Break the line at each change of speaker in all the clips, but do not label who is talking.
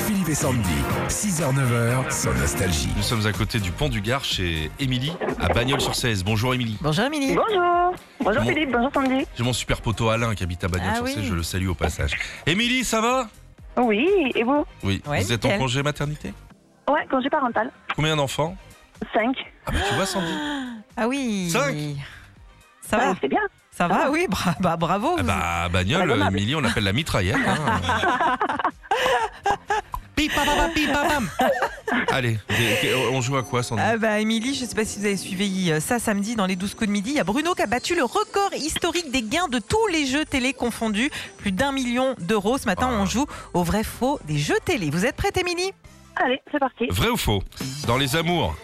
Philippe et Sandy. 6h-9h, sans nostalgie.
Nous sommes à côté du pont du Gard chez Émilie à Bagnoles-sur-Cèze. Bonjour Émilie.
Bonjour Émilie.
Bonjour. Bonjour
Bon.
Philippe, bonjour Sandy.
J'ai mon super poteau Alain qui habite à Bagnoles-sur-Cèze,
Ah oui.
je le salue au passage. Émilie, ça va
Oui, et vous
Oui.
Ouais,
Vous êtes en
nickel.
congé maternité
Ouais, congé parental.
Combien d'enfants
5.
Ah bah tu vois Sandy.
Ah oui.
Cinq.
Ça va,
c'est bien.
ça va, oui, bra- bah, bravo.
Ah bah à
Très
Bagnoles,
aimable.
Émilie, on l'appelle la mitraillette. hein. Pipapapa, pipapam. Allez, on joue à quoi Sandy
Ah bah Émilie, je sais pas si vous avez suivi euh, ça samedi dans les 12 coups de midi, il y a Bruno qui a battu le record historique des gains de tous les jeux télé confondus, plus d'un million d'euros. Ce matin,
Ah.
on joue au vrai faux des jeux télé. Vous êtes prête Émilie
Allez, c'est parti.
Vrai ou faux Dans Les Amours,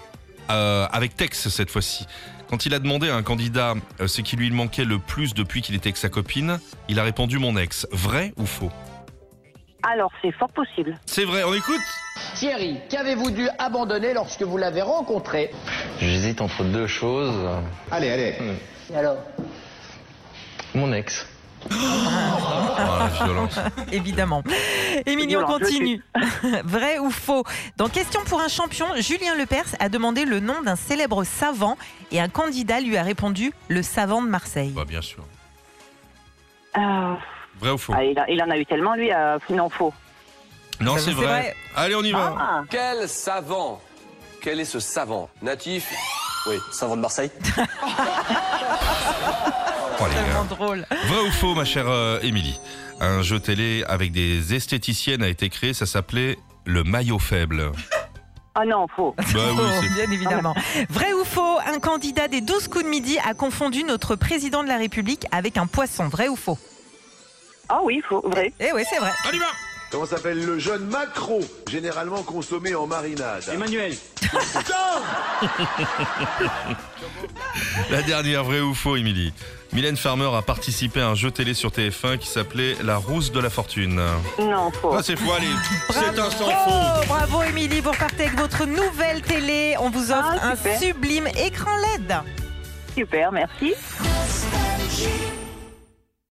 euh, avec Tex cette fois-ci, quand il a demandé à un candidat euh, ce qui lui manquait le plus depuis qu'il était avec sa copine, il a répondu mon ex. Vrai ou faux
Alors, c'est fort possible.
C'est vrai, on écoute
Thierry, qu'avez-vous dû abandonner lorsque vous l'avez rencontré
J'hésite entre deux choses.
Allez, allez.
Et Alors
Mon ex.
Ah, la violence.
Évidemment. Émilie, on
violent, je
continue. Vrai ou faux Dans Question pour un champion, Julien Lepers a demandé le nom d'un célèbre savant et un candidat lui a répondu le savant de Marseille.
Bah, bien sûr.
Euh,
Vrai ou faux
ah, il, a- il en a eu tellement, lui. euh, non, faux.
Non,
Ça,
c'est
c'est
vrai.
vrai.
Allez, on y va.
Ah,
Quel savant Quel est ce savant Natif Oui, savant de Marseille.
Oh, les gars.
Tellement drôle.
Vrai ou faux, ma chère euh, Émilie Un jeu télé avec des esthéticiennes a été créé, ça s'appelait le maillot faible.
ah non, faux.
Bah oui,
Oh,
c'est-
bien évidemment. Vrai ou faux Un candidat des 12 coups de midi a confondu notre président de la République avec un poisson. Vrai ou faux
Ah oui, faux, vrai.
Eh oui, c'est vrai.
On y va
Comment s'appelle le jeune macro, généralement consommé en marinade
Emmanuel
La dernière, vrai ou faux, Émilie Mylène Farmer a participé à un jeu télé sur TF1 qui s'appelait La Rousse de la Fortune.
Non, faux.
Ah, c'est faux, allez, c'est un sans faux
Oh, bravo Émilie, vous repartez avec votre nouvelle télé. On vous offre
Ah,
un
super.
E sublime écran LED.
Super, merci.
Nostalgie.